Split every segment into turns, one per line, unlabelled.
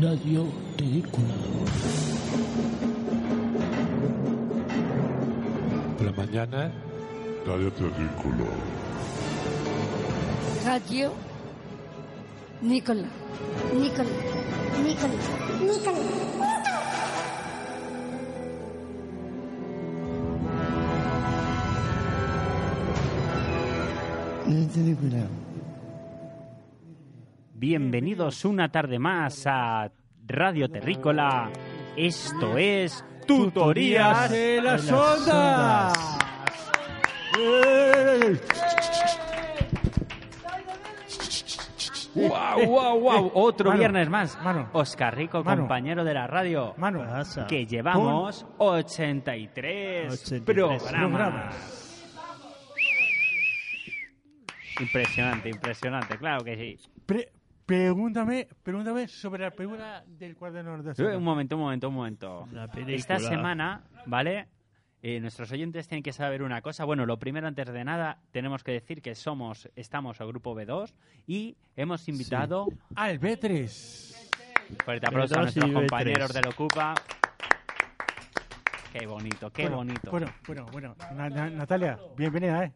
Radio Ridícula.
Por la mañana,
Radio Terrícola.
Radio Nicola. Nicola. Nicola.
Bienvenidos una tarde más a Radio Terrícola. Esto es Tutorías de las Ondas. ¡Wow, wow, wow! Otro
Manu,
viernes más.
Manu.
Oscar Rico,
Manu.
compañero de la radio.
Mano,
Ah,
Que llevamos 83,
83
programas.
programas.
Impresionante, impresionante, claro que sí.
pre- pregúntame, pregúntame sobre la película del cuaderno de
Eh, Un momento, un momento, un momento.
La película.
Esta semana, ¿vale? Eh, nuestros oyentes tienen que saber una cosa. Bueno, lo primero, antes de nada, tenemos que decir que somos, estamos al grupo B2 y hemos invitado
Al B3.
fuerte aplauso a
B2
nuestros
y B3.
compañeros de Ocupa. Qué bonito, qué
Bueno,
bonito.
Bueno, bueno, bueno. Na- na- Natalia, bienvenida, ¿eh?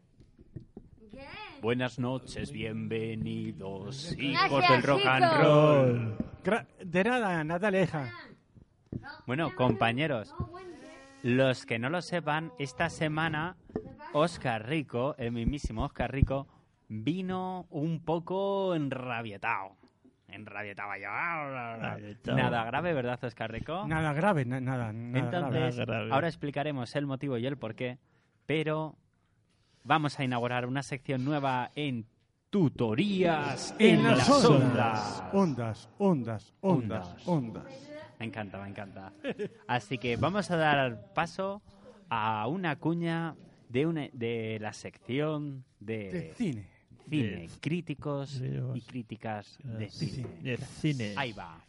Buenas noches, bienvenidos, hijos
Gracias,
del rock and
chicos.
roll.
Gra- de nada, Natalia, hija.
Bueno, compañeros, los que no lo sepan, esta semana Oscar Rico, el mismísimo Oscar Rico, vino un poco enrabietado. Enrabietado yo.
Enrabietao.
Nada grave, ¿verdad, Oscar Rico?
Nada grave, na- nada, nada grave.
grave.
Entonces,
Nada grave.
ahora explicaremos el motivo y el porqué, pero vamos a inaugurar una sección nueva en Tutorías en, las ondas.
Ondas, ondas, ondas,
Ondas.
ondas.
Me encanta, me encanta. Así que vamos a dar paso a una cuña de, una, de la sección
De
de
cine.
cine, críticos
Dios.
y críticas de
Ah, Sí,
cine.
De cine.
Ahí va.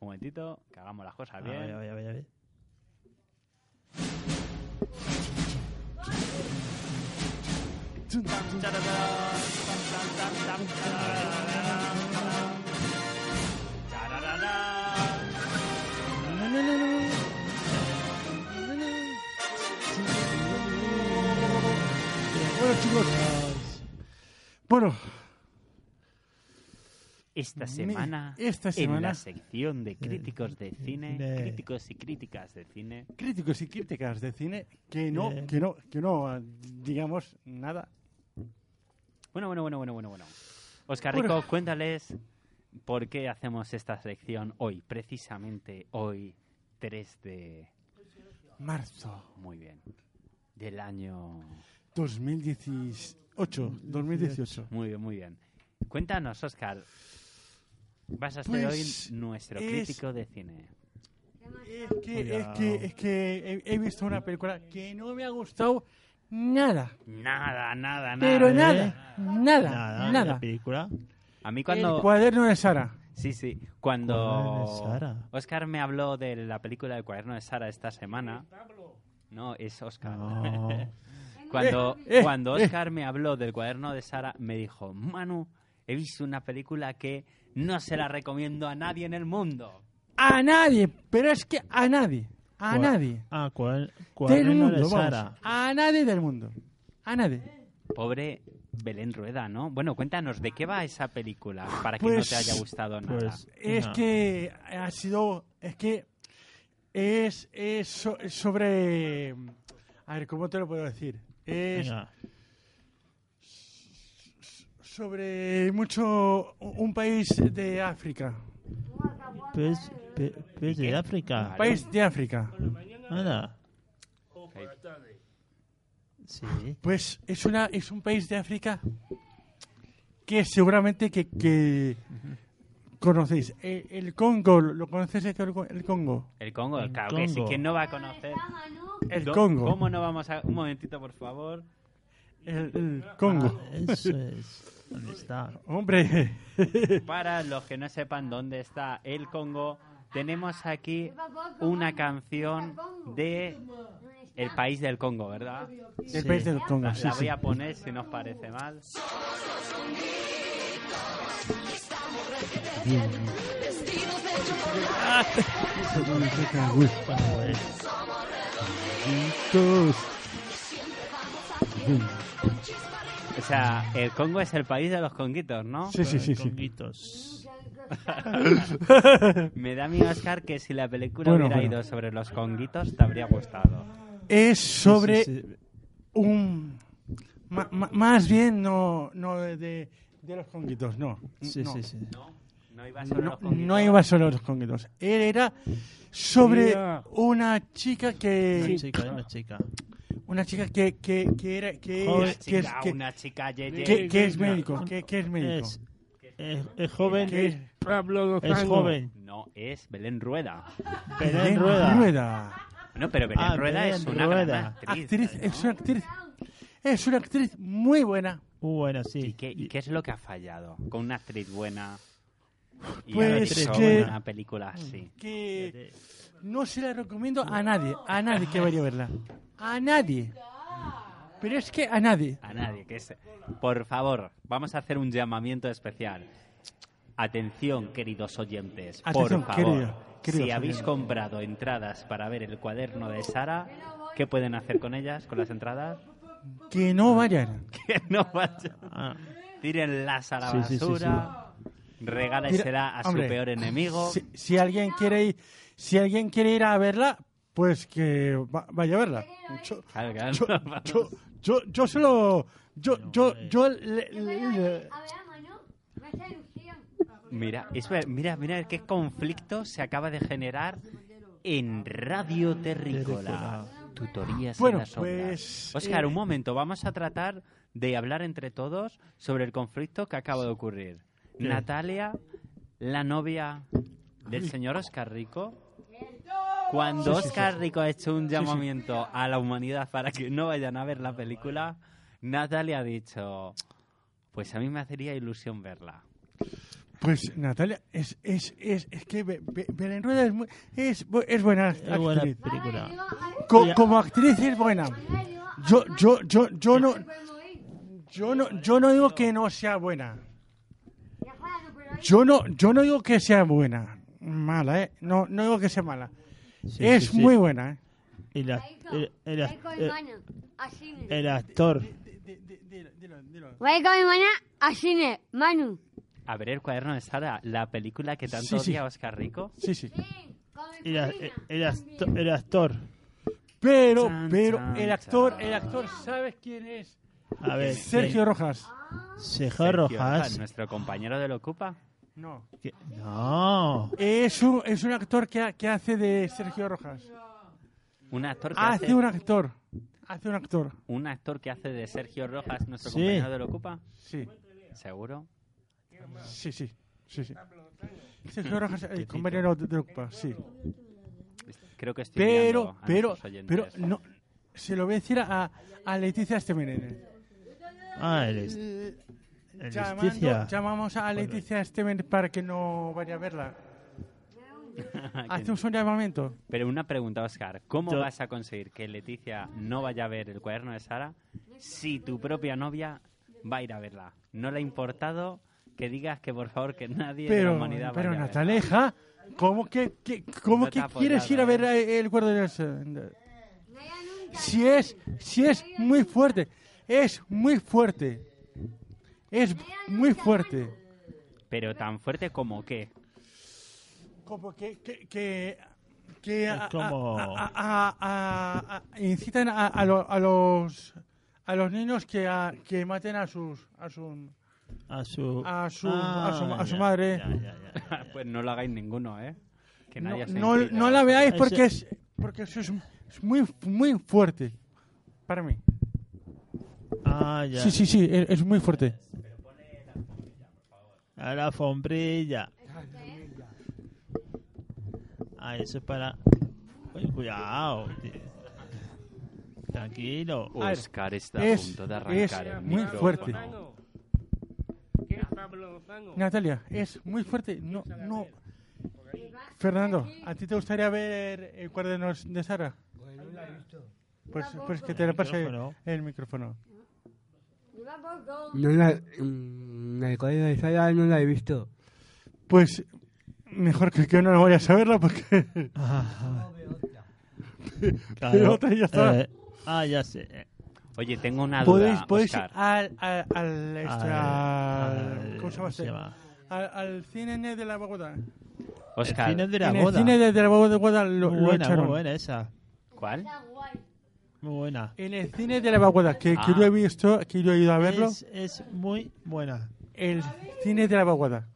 Un momentito, que hagamos las cosas
A ver, a
bien.
ver, a ver, a ver.
Bueno, chicos. Bueno,
Esta
Mi-
semana,
esta
en la
semana-
sección de críticos de cine,
de-
críticos y críticas de cine,
críticos y críticas de cine que no,
Bien.
que no, que no, ah, digamos nada.
Bueno, bueno, bueno, bueno, bueno, bueno. Oscar Rico,
Bueno.
cuéntales por qué hacemos esta sección hoy, precisamente hoy, 3 de...
Marzo
Muy bien. Del año...
2018. 2018.
Muy bien, muy bien. Cuéntanos, Oscar. Vas a ser
Pues,
hoy nuestro
es-
crítico de cine.
Es que, es que, es que he, he visto una película que no me ha gustado nada.
Nada, nada, nada.
Pero
¿eh?
nada, nada,
Nada,
nada.
La película.
A mí
El
cuando...
cuaderno de Sara.
Sí, sí.
Cuaderno
Cuando
de Sara.
Oscar me habló de la película del cuaderno de Sara esta semana. No, es Oscar.
Ah.
No.
Cuando,
Eh, eh,
cuando Oscar me habló del cuaderno de Sara, me dijo, Manu, he visto una película que no se la recomiendo a nadie en el mundo.
A nadie, pero es que a nadie, a
Cua-
nadie.
Ah, cual,
Del
cuaderno
mundo,
de
vamos.
Sara.
A nadie del mundo. A nadie.
Pobre Belén Rueda, ¿no? Bueno, cuéntanos, ¿de qué va esa película? Para que no
Pues-
te haya gustado nada.
Pues,
Es
no.
que ha sido. Es que. Es, es so- es sobre. A ver, ¿cómo te lo puedo decir? Es
Venga.
sobre mucho. Un país de África.
Pues, pe- pues de África.
Un país de África.
Nada. Sí.
Pues es, una, es un país de África que seguramente que, que conocéis. Eh, El Congo, ¿lo conoces esto, el co- el Congo?
El Congo,
El
claro que sí.
Congo.
¿Quién no va a conocer?
El
Do-
Congo.
¿Cómo no vamos a.? Un momentito, por favor.
El, el Congo.
Ah, eso es. ¿Dónde está?
Hombre, Eh.
Para los que no sepan dónde está el Congo, tenemos aquí una canción de El país del Congo, ¿verdad?
el país del Congo,
La,
sí,
la
sí.
voy a poner si nos parece mal. O sea, el Congo es el país de los conguitos, ¿no?
Sí, sí, sí, sí.
Conguitos.
Me da miedo, Oscar, que si la película
Bueno,
hubiera
bueno.
ido sobre los conguitos, te habría gustado.
Es sobre
Sí, sí,
un... ma- ma- más bien no, no de, de- de los conguitos, no.
sí,
no.
sí, sí.
No iba sobre
No,
los conguitos.
no iba sobre los conguitos. Él era sobre
Mira.
una chica
Una
que...
chica, una chica.
Una chica que, que, que era... Que
Una
es, que es-
chica,
que-
una chica, ye, ye.
que- que es médico, que, que es médico.
Es, es, es joven.
Que-
Es joven.
No, es Belén Rueda.
Belén
Belén
Rueda.
Rueda.
No, pero Belén
Ah,
Rueda
Belén
es una gran
Rueda.
actriz.
Actriz,
¿no?
es una actriz. Es una actriz muy buena.
Muy buena, Uh, sí.
¿Y qué, y qué es lo que ha fallado con una actriz buena? Y
Pues
haber hecho
que-
una película así.
que no se la recomiendo a nadie, a nadie que vaya a verla. A nadie. Pero es que a nadie.
A nadie. Que se- Por favor, vamos a hacer un llamamiento especial. Atención, queridos oyentes.
Atención,
por favor.
querido- queridos
si habéis
oyentes.
comprado entradas para ver el cuaderno de Sara, ¿qué pueden hacer con ellas, con las entradas?
Que no vayan.
Que no vayan.
Ah,
Tírenlas a la
Sí, sí, sí, sí.
basura. Regálasela a su
hombre,
peor enemigo.
Si, si alguien quiere ir, si alguien quiere ir a verla, pues que va- vaya a verla. Yo,
Claro, claro,
yo,
vamos.
yo, yo, yo solo, yo, yo,
pues.
yo, le- le-
Mira, es ver- mira, mira qué conflicto se acaba de generar en Radio Terrícola. Tutorías
Bueno,
en las sombras.
pues,
Oscar,
eh,
un momento, vamos a tratar de hablar entre todos sobre el conflicto que acaba de ocurrir. Natalia, la novia del señor Oscar Rico. Cuando Oscar Rico ha hecho un llamamiento a la humanidad para que no vayan a ver la película, Natalia ha dicho, pues a mí me hacería ilusión verla.
pues Natalia, es, es, es, es que Be- Be- Belén Rueda es, muy- es, bu- es buena
es buena
actriz.
película.
Co- como actriz es buena. Yo, yo, yo, yo no, yo no, yo no digo que no sea buena. Yo no, yo no digo que sea buena, mala, ¿eh? No, no digo que sea mala.
Sí,
es
sí, sí.
muy buena. ¿eh?
Y la- el, el- el-
a cine.
el actor.
Voy con mi hermana a cine, Manu.
A ver el cuaderno de Sara, la película que tanto
Sí, sí.
odia Oscar Rico.
Sí, sí.
Con
El, el- el acto- el actor.
Pero,
Chan,
pero
chan,
el actor,
chan.
el actor, ¿sabes quién es?
A ver.
Sergio Rojas.
Sergio Rojas.
Nuestro compañero del Ocupa.
No.
que- No.
Es un, es un actor que, ha- que hace de Sergio Rojas.
Un actor que hace,
Ah, Hace un actor. Hace un actor.
un actor que hace de Sergio Rojas, nuestro
Sí.
compañero del Ocupa.
Sí.
¿Seguro?
Sí, sí, sí, sí. Sergio Rojas, el compañero de de Ocupa, sí.
Creo que estoy
Pero,
liando a
pero,
nuestros oyentes.
pero, no. Se lo voy a decir a, a Leticia Estemenéndez.
Ah, el es- el
Llamando-
Eh, Leticia.
Llamamos a Leticia Estemenéndez para que no vaya a verla.
Que-
Hacemos un llamamiento.
Pero una pregunta, Oscar. ¿Cómo
Yo-
vas a conseguir que Leticia no vaya a ver el cuaderno de Sara si tu propia novia va a ir a verla? ¿No le ha importado que digas que por favor que nadie de la
Pero,
humanidad
pero
vaya a verla?
Nataleja, ¿cómo que, que- cómo
No te
que
ha
quieres ir a ver
apoyado,
eh, el cuerpo de Estemenéndez? Si es, si es muy fuerte, es muy fuerte. Es muy fuerte.
Pero tan fuerte como qué.
como que que que, que a- a-
como-
a- a- a- a- incitan a, a lo- a los a los niños que a- que maten a sus a su
A su. ah,
a su- a su- a su
ya,
madre.
ya, ya, ya, ya.
Pues no lo hagáis ninguno, ¿eh? Que
no,
nadie se
no,
incite.
no la veáis
Ese-
porque es porque eso es, es muy muy fuerte para mí
Ah, ya.
sí sí sí es, es muy fuerte
A la alfombrilla. Ah, eso es para. Uy, cuidado. Tranquilo.
A ver,
Oscar está a
es-
punto de
es
arrancar el
muy
micrófono.
fuerte.
¿Qué es Pablo Fango?
Natalia, es muy fuerte. No, no. Fernando, ¿a ti te gustaría ver el cuaderno de Sara? Pues, pues que te le pase
Micrófono.
el micrófono.
No la, mm, la de Código de Sara no la he visto.
Pues mejor que yo no voy a saberlo porque...
Claro.
otra ya está.
Eh, ah, ya sé. Eh,
Oye, tengo una duda,
Podéis, podéis ir
Óscar.
al, al, al, este, al-
al-
¿Cómo se llama? este?
llama?
Al, al cine de la Bogotá.
Óscar,
El cine de la
En el
boda.
cine de, de la Bogotá lo,
muy
lo
buena,
echaron.
muy buena esa.
¿cuál?
Muy buena.
En el cine de la Bogotá, que, que
Ah.
yo he visto, que yo he ido a verlo.
Es, es muy buena.
El cine de la Bogotá.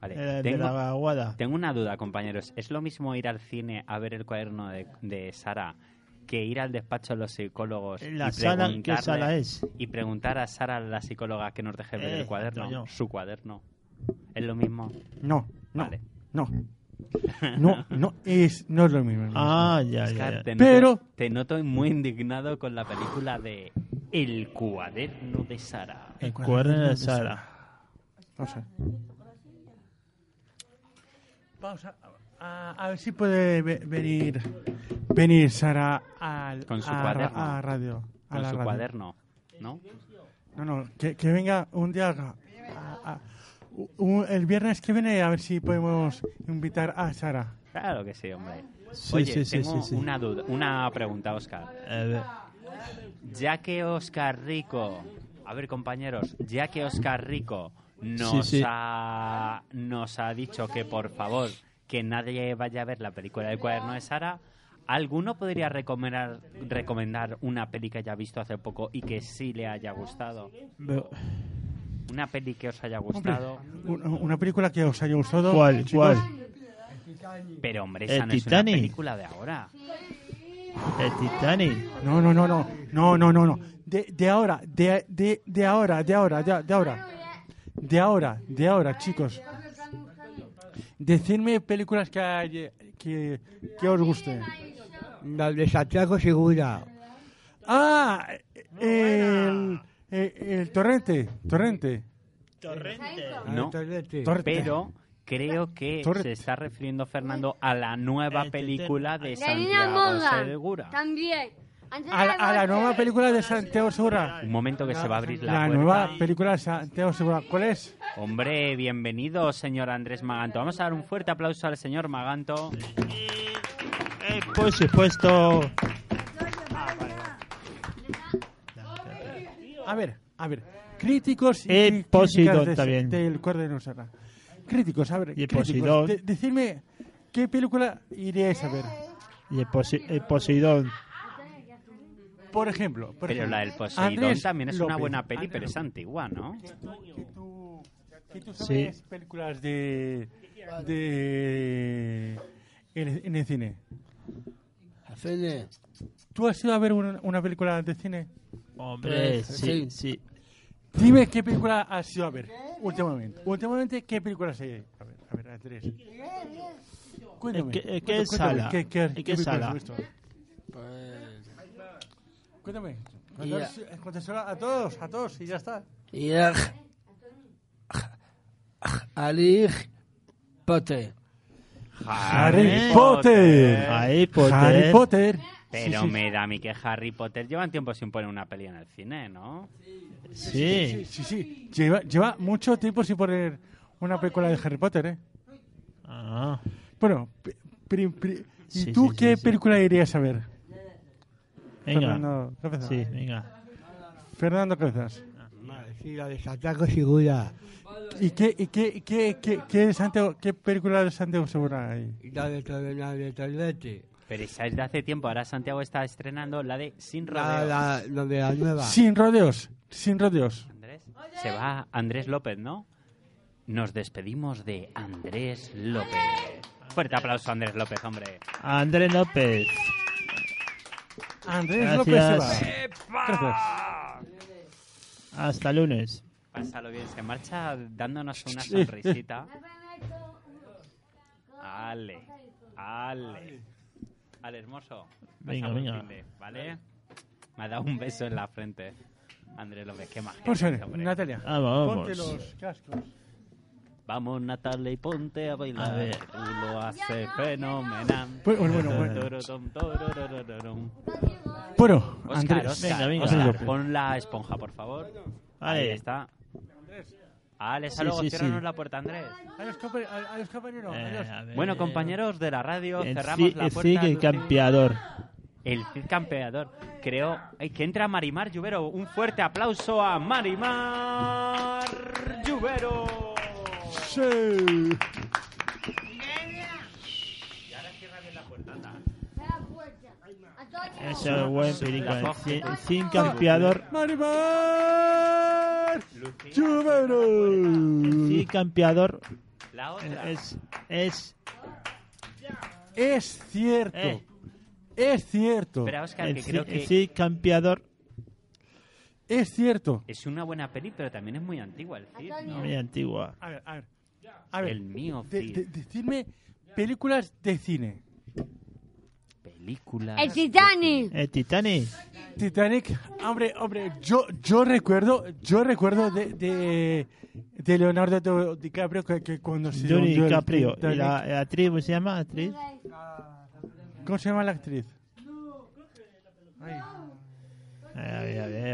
Vale,
El Eh, de
tengo,
la vaguada.
tengo una duda, compañeros. ¿Es lo mismo ir al cine a ver el cuaderno de, de Sara que ir al despacho de los psicólogos
La
y
sala, ¿qué
preguntarle-
sala es?
y preguntar a Sara, la psicóloga, que nos deje ver
Eh,
el cuaderno,
coño.
su cuaderno? ¿Es lo mismo?
No, no,
Vale.
no. No, no es, no es lo mismo.
Ah, ya, ya,
Oscar,
ya.
te
Pero-
noto, te noto muy indignado con la película de El cuaderno de Sara.
El cuaderno de Sara.
No sé. Vamos a, a- a ver si puede ve- venir, venir Sara al,
Con su
a,
cuaderno.
a radio. A
Con
la
su
radio.
cuaderno, ¿no?
No, no, que, que venga un día. a- a- a- u- u- el viernes que viene a ver si podemos invitar a Sara.
Claro que sí, hombre.
Sí,
Oye,
sí, sí,
tengo
sí, sí.
una duda, una pregunta, Oscar.
A ver,
Ya que Oscar Rico, a ver compañeros, ya que Oscar Rico nos
Sí, sí.
ha nos ha dicho que por favor que nadie vaya a ver la película del cuaderno de Sara, ¿alguno podría recomendar recomendar una peli que haya visto hace poco y que sí le haya gustado?
veo-
Una peli que os haya
Hombre,
gustado,
una, una película que os haya gustado.
¿Cuál,
chicos.
cuál?
pero hombre,
El
esa no es una
Titanic.
película de ahora.
El Titanic.
No, no, no, no, no, no, no, no. De, de ahora, de, de, de ahora, de ahora, de, de ahora. De ahora, de ahora, chicos. Decidme películas que, hay- que, que os gusten.
La de Santiago Segura.
Ah, el, el, el torrente, torrente.
Torrente.
La
No.
de Torrente.
Torrente.
Pero creo que
Torrent.
se está refiriendo Fernando a la nueva
Este
película de
La niña
Santiago
moda.
Segura.
También. Antes
A, la- a la
de
nueva
volver.
película de Santiago Segura.
Un momento que se va a abrir la,
La
puerta.
nueva película de Santiago Segura. ¿Cuál es?
Hombre, bienvenido, señor Andrés Maganto. Vamos a dar un fuerte aplauso al señor Maganto.
Eh, por supuesto.
A ver, a ver. Críticos y
El
críticas
Posidón
de-
también.
del Cuerno de Serra. Críticos, a ver.
Y el
críticos,
Posidón.
de- decidme qué película iríais a ver.
Y el, Posi- el Poseidón.
Por ejemplo, por
Pero
ejemplo,
la del Poseidón
Andrés
también es una
López.
buena peli,
Andrés
pero es antigua, ¿no?
López, que tú- que tú
Sí.
sabes películas de de en, el- en el cine.
Cine.
¿Tú has ido a ver una, una película de cine?
Hombre,
Eh,
sí,
sí.
sí.
Dime qué película has ido a ver últimamente. Últimamente, ¿qué película has ido a ver? A ver, Andrés. Cuéntame.
¿Qué- qué
Cuéntame,
sala?
¿Qué, qué,
¿Y qué
películas
sala?
has visto?
Pues,
Cuéntame.
Y-
Contárselo- contárselo a todos, a todos y ya está.
y a- Harry Potter.
Harry Potter.
Ahí, Potter.
Harry Potter.
Pero
Sí, sí,
me da a mí que Harry Potter llevan tiempo sin poner una peli en el cine, ¿no?
Sí.
Sí, sí. Lleva, lleva mucho tiempo sin poner una película de Harry Potter, ¿eh?
Ah,
Bueno, pri- pri- pri- ¿y
Sí,
tú
sí,
qué
sí, sí.
película irías a ver?
venga.
Fernando Cabezas.
Sí, venga.
Fernando Cabezas.
Vale, Sí, la de Santiago Segura.
¿Y qué, y qué, y qué, qué, qué, de Santiago- qué película de Santiago Segura hay?
Y La de Tor- la de Torrente.
Pero esa es de hace tiempo. Ahora Santiago está estrenando la de Sin
La,
Rodeo.
la, la de la nueva.
Sin rodeos, sin rodeos.
Andrés. Se va Andrés López, ¿no? Nos despedimos de Andrés López. Fuerte aplauso, Andrés López, hombre.
Andrés López.
Andrés
Gracias.
López se va. Gracias.
Hasta lunes.
Pásalo bien, se marcha dándonos una sonrisita. Ale, ale. Ale, hermoso.
Venga,
Pásalo el
venga.
fin de, ¿Vale? Me ha dado un beso en la frente. Andrés López, qué más.
Por favor,
hombre.
Natalia.
Ah,
Ponte
vamos.
los cascos.
Vamos, Natalia, y ponte a bailar.
A ver.
Tú lo haces fenomenal.
Pues, Bueno, bueno, bueno.
Tororom, tororom.
Bueno,
Oscar,
Andrés.
Oscar,
Venga, venga.
Oscar,
López.
pon la esponja, por favor. Ahí
Vale. Eh,
está. Ale,
Sí,
saludos,
sí,
ciérranos
sí.
la puerta, Andrés.
Adiós, compa- adiós, compañero.
Eh,
Adiós.
a ver.
Bueno, compañeros de la radio,
El
cerramos
Cid-
la
el
puerta.
Cid,
del
el campeador.
El Cid campeador. Creo Ay, que entra Marimar Lluvero. Un fuerte aplauso a Marimar Lluvero.
Sí.
Ese es buen perico. El Cid- el Cid campeador.
Marimar
El
Lluvero.
Cid campeador
La otra.
es. es
Es cierto.
Eh.
Es cierto.
Espera, Oscar,
el,
que
Cid,
creo
el
que
Cid campeador.
Es cierto.
es una buena peli, pero también es muy antigua el Cid, ¿no?
Muy antigua.
A ver, a ver. A ver.
El mío
de-
Cid.
de- decidme películas de cine.
Película.
El Titanic.
El Titanic.
Titanic, hombre, hombre, yo, yo recuerdo, yo recuerdo de, de, de Leonardo DiCaprio que, que cuando se
Johnny
hundió el
Caprio. Y
Titanic-
la, la actriz, ¿cómo se llama? Actriz.
¿Cómo se llama la actriz?
A ver, a ver, a
¿Cómo se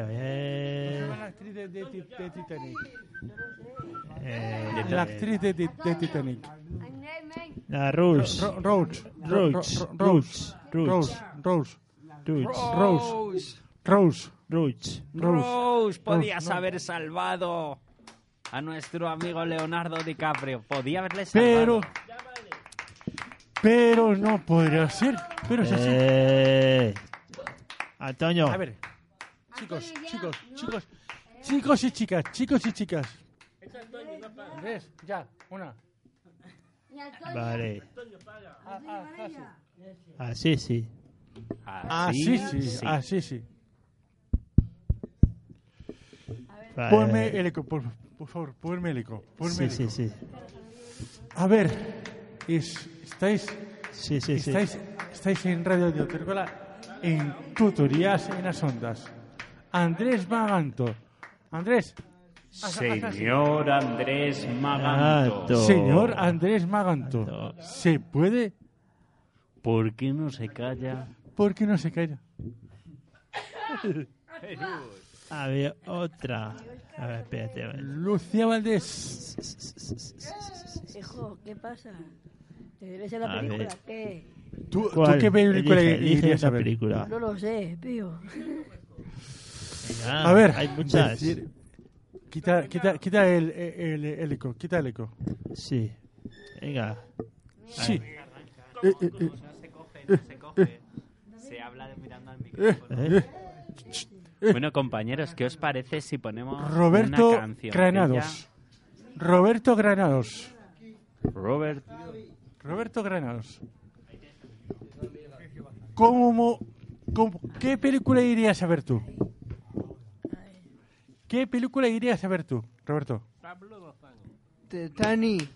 llama
ver.
la actriz de, de- de- de Titanic?
Eh,
La actriz de, de- de Titanic.
La Rose.
Ro- Rose. Ro-
Rose.
Ro- Rose.
Rose.
Rose.
Rose. Rose.
Rose. Rose. Rose.
Rose.
Rose.
Rose, podías
Rose, no.
haber salvado a nuestro amigo Leonardo DiCaprio. Podía haberle salvado.
Pero. Pero no podría ser. Pero sí, sí.
Eh, Antonio.
A ver, chicos, chicos, chicos, chicos y chicas, chicos y chicas. Andrés, ya, una.
Vale.
Ah,
Así sí. Ah,
Así Ah, sí, así sí.
Eh. Vale.
Ponme el eco, por, por favor, ponme el eco. Ponme
Sí,
el
sí,
eco.
sí.
A ver, es- estáis,
Sí, sí, sí.
estáis, estáis en Radio de Otercola en tutorías en las ondas. Andrés Maganto. Andrés,
Señor Andrés Maganto,
Ah.
Maganto.
señor Andrés Maganto,
Maganto.
¿se puede?
¿por qué no se calla?
¿Por qué no se calla?
A ver, otra. A ver, espérate. a ver.
Lucía Valdés.
Hijo, ¿qué pasa? ¿Te debes a la
A ver.
película? ¿Qué?
¿Tú, tú
¿Cuál?
qué película
Elige- elige
irías
esa
a ver?
película.
No lo sé, pío.
Venga,
A ver,
Hay muchas.
decir- quita, quita, quita el, el, el eco, quita el eco.
Sí. Venga.
Sí. Eh,
No, se coge, no se coge. Se habla de mirando al micrófono.
¿Eh?
Bueno, compañeros, ¿qué os parece si ponemos
Eh, Roberto
una canción?
Granados. Roberto Granados.
Robert.
Roberto Granados. ¿Cómo, cómo- qué película irías a ver tú? ¿Qué película irías a ver tú, Roberto?
Titanic.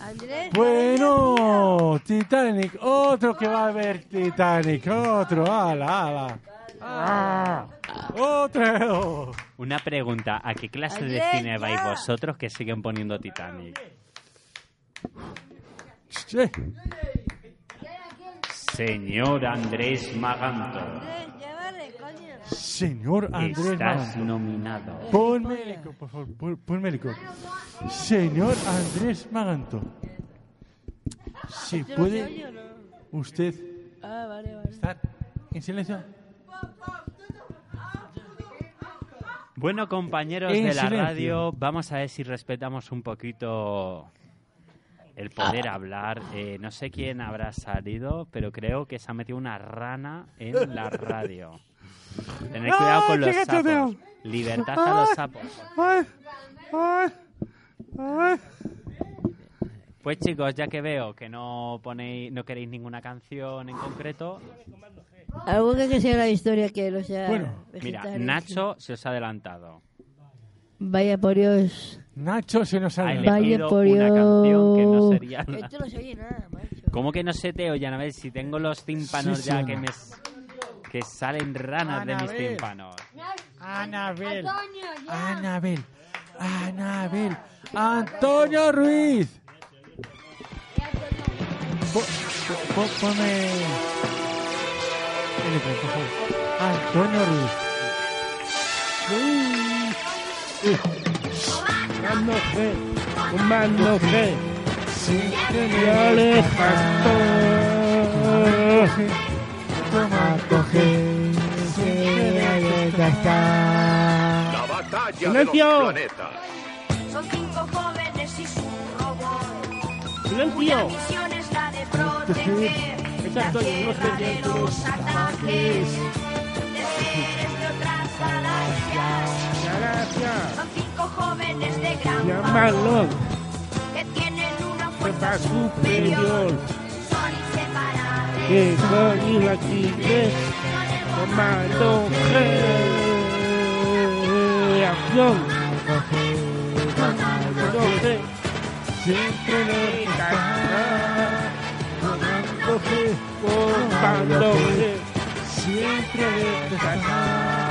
Andrés.
Bueno, Titanic, otro que va a ver Titanic, otro, ala, ala. Ah, otro.
Una pregunta, ¿a qué clase de
Ayer
cine vais
ya.
vosotros que siguen poniendo Titanic?
Che,
Señor Andrés Maganto,
Andrés, ya vale, coño.
Señor Andrés
estás
Maganto.
nominado.
Ponme el eco, por favor, pon- ponme el eco. Señor Andrés Maganto. ¿Se
¿Yo lo
puede
sé o no?
usted
Ah, vale, vale.
estar en silencio?
Bueno, compañeros
En
de la
silencio.
radio, vamos a ver si respetamos un poquito el poder hablar. Eh, no sé quién habrá salido, pero creo que se ha metido una rana en la radio.
¡Ah,
Tener cuidado con los
qué gacho
sapos.
veo.
Libertad a
¡Ah!
los sapos.
Ay, ay, ay.
Pues chicos, ya que veo que no ponéis, no queréis ninguna canción en concreto,
Algo que sea la historia que no sea.
Bueno,
mira,
vegetariana.
Nacho se os ha adelantado.
Vaya por Dios.
Nacho se nos ha
Ha
ido.
Vaya
elegido
por
una canción que no
Dios.
sería nada.
Esto no se oye nada, macho.
¿Cómo que no se te oyen? A ver, si tengo los tímpanos
Sí, sí,
ya
Ana.
que me... s- Que salen ranas de mis
Anabel.
tímpanos.
Anabel.
Antonio, ya.
Anabel. Anabel. Antonio Ruiz. Po- po- po- Ponme. El otro, por favor. Antonio Ruiz.
Mando fe, mando fe,
Sí,
yo le pastor.
Toma, coge.
Que ahí está.
La batalla
¡Silencio!
planetas.
Son cinco jóvenes y su robot.
¡Silencio!
Misión es la de proteger
Exacto, no
la tierra de los ataques de seres de otras galaxias.
Gracias.
Son cinco jóvenes de gran valor
Llámalo,
que tienen una
sepa
fuerza
superior,
superior. Son inseparables.
que soy un bachiller, comando G. Acción, comando G. Siempre le cantará, comando G, comando G. Siempre le cantará.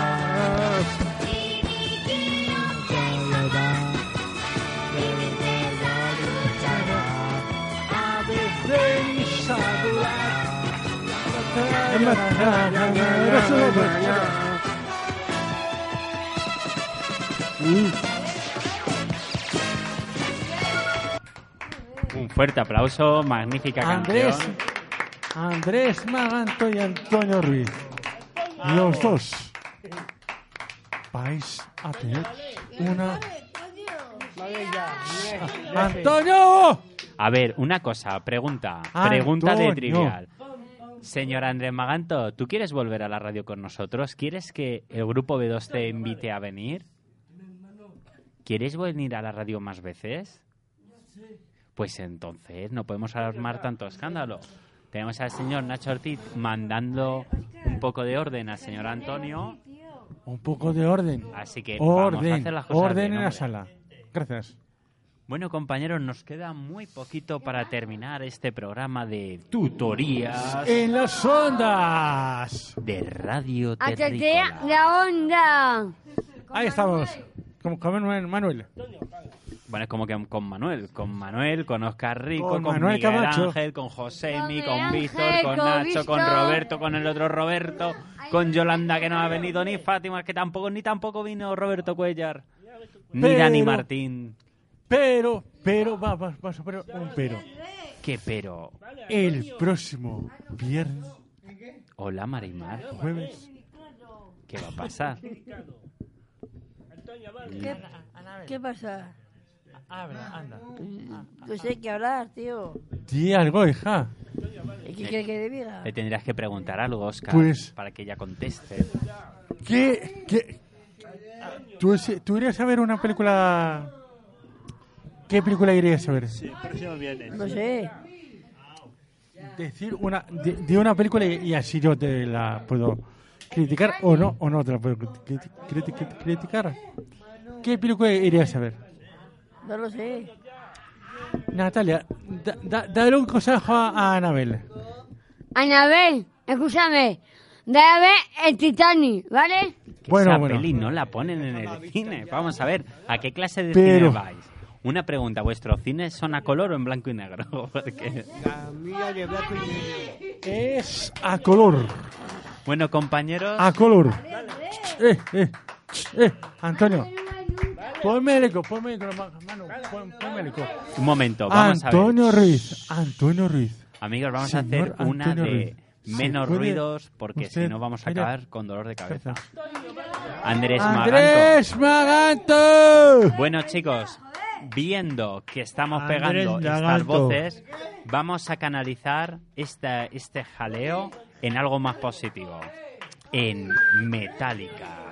Un fuerte aplauso, magnífica
Andrés.
canción.
Andrés Maganto y Antonio Ruiz. Los dos. Vais a tener una. ¡Antonio!
A ver, una cosa, pregunta. Pregunta de
Antonio.
trivial. Señor Andrés Maganto, ¿tú quieres volver a la radio con nosotros? ¿Quieres que el grupo B2 te invite a venir? ¿Quieres venir a la radio más veces? Pues entonces no podemos armar tanto escándalo. Tenemos al señor Nacho Ortiz mandando un poco de orden al señor Antonio.
Un poco de orden.
Así que vamos a
Orden.
hacer las cosas
Orden
bien,
en la
hombre.
sala. Gracias.
Bueno, compañeros, nos queda muy poquito para terminar este programa de tutorías
En las ondas.
de Radio
A
Terrícola.
la onda.
Ahí estamos. Como como Manuel. Manuel.
Bueno, es como que con Manuel, con Manuel, con Oscar Rico, con,
Con Manuel
Miguel
Camacho.
Ángel, con Josemi,
Con
con
Ángel,
Víctor, con
con
Nacho, con
Víctor.
Roberto, con el otro Roberto, con Yolanda que no ha venido, ni Fátima que tampoco, ni tampoco vino Roberto Cuellar, ni
Pero-
Dani Martín.
Pero, pero, va, va, va, pero, un pero.
¿Qué pero?
El próximo viernes,
Hola Marimar,
jueves.
¿qué va a pasar?
¿Qué, ¿Qué pasa?
anda.
No sé qué hablar, tío.
Di algo, hija.
¿Qué quiere que le diga?
Le tendrías que preguntar algo, Oscar,
Pues-
para que ella conteste.
¿Qué? ¿Qué? ¿Tú, si- tú irías a ver una película? ¿Qué película irías a ver?
No sé.
Decir una, de, de una película y, y así yo te la puedo criticar o no, o no te la puedo criti- criti- criti- criticar. ¿Qué película irías a ver?
No lo sé.
Natalia, da- da- dale un consejo a, a Anabel.
Anabel, escúchame. Ve a ver el Titanic, ¿vale?
Que
Bueno,
esa
bueno.
peli no la ponen en el cine. Vamos a ver, ¿a qué clase de
Pero-
cine vais? Una pregunta, ¿vuestros cines son a color o en blanco y negro? Porque-
Es a color,
Bueno, compañeros,
a color. Eh, eh, eh, Antonio, ponme el eco, ponme el eco, mano, pon- ponme el eco.
un momento, vamos
Antonio
a ver.
Ruiz, Antonio Ruiz.
Amigos, vamos a hacer
Señor
una de
Antonio Ruiz.
menos
Sí, puede
ruidos porque si
usted-
no vamos a
mira.
acabar con dolor de cabeza. Andrés Maganto.
Andrés Maganto.
Bueno, chicos, viendo que estamos
Andrés
pegando estas
Maganto.
voces, vamos a canalizar esta, este jaleo en algo más positivo. En Metallica.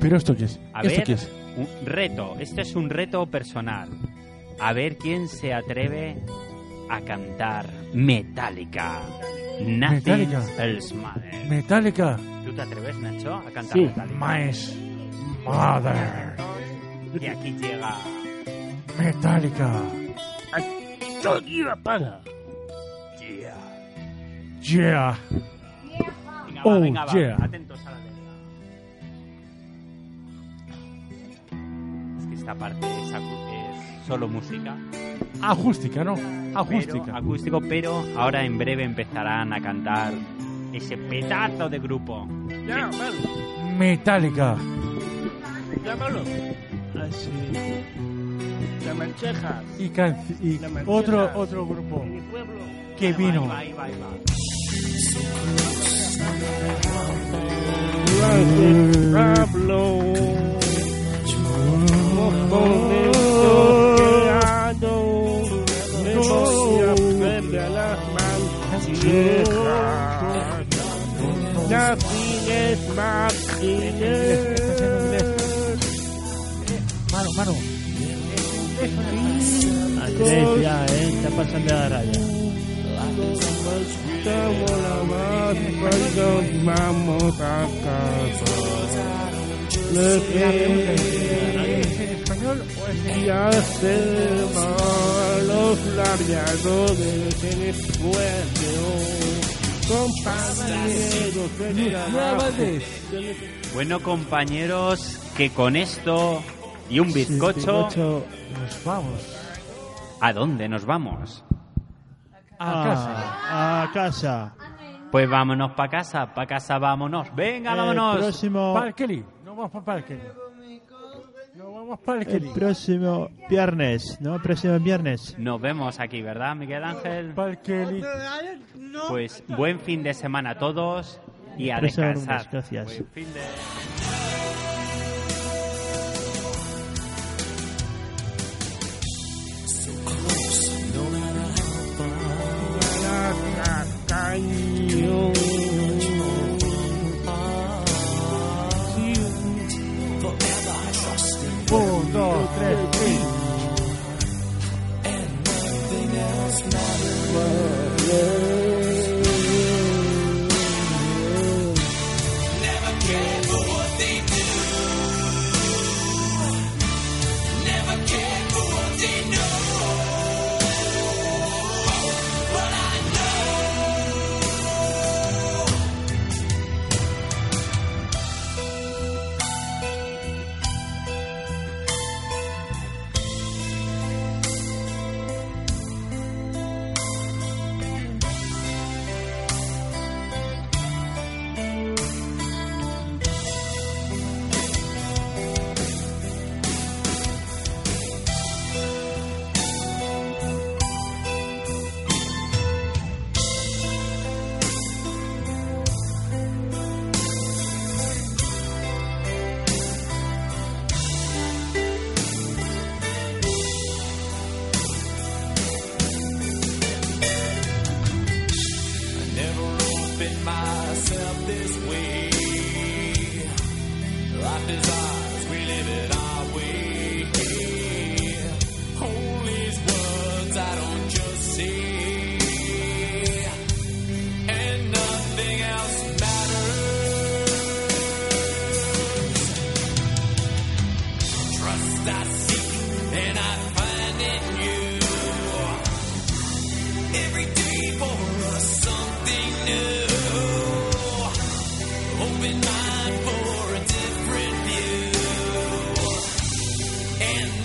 Pero esto qué es?
A
¿Esto
ver,
qué es?
un reto. Este es un reto personal. A ver quién se atreve a cantar Metallica. Nothing
Metallica.
else matters.
Metallica.
Tú te atreves, Nacho, a cantar
Sí.
Metallica?
My mother.
Y aquí llega...
Metallica.
Antonio Apaga. Yeah.
Yeah.
Venga, va,
Oh,
venga, va.
yeah.
Atentos a la técnica. Es que esta parte es, acu- es solo música.
Acústica, ¿no?
Pero,
Acústica.
acústico, pero ahora en breve empezarán a cantar ese pedazo de grupo.
Ya, vale.
Metallica.
Llámalo. Así. La mancheja.
Y, can- y
La Mancheja.
otro, otro grupo
Mi pueblo.
que vino.
Ahí va, ahí va.
Pablo. Con esto que hago, me voy a perder a las manchejas. Martínez, Martínez.
Eh, Mano, mano.
Andrés, ya, eh, está pasando la raya.
Estamos lavados cuando vamos a casa. Lo
¿Es
que
en español o es en
Eh. ya se van los largadores en el pueblo. Compañeros de trabajo.
Bueno, compañeros, que con esto y un bizcocho,
Bizcocho.
Nos vamos
¿a dónde nos vamos?
a casa.
Ah, a casa.
Pues vámonos para casa, para casa vámonos.
Eh,
Venga, vámonos.
El próximo,
Para el Kelly. Nos vamos para el Kelly. Nos vamos para el Kelly.
el próximo viernes, ¿no? próximo viernes.
Nos vemos aquí, ¿verdad, Miguel Ángel?
Para el Kelly.
Pues buen fin de semana a todos y a
Tres segundos,
descansar.
gracias.
Buen fin de-
Cañón.
Un, dos, tres, sí.
Never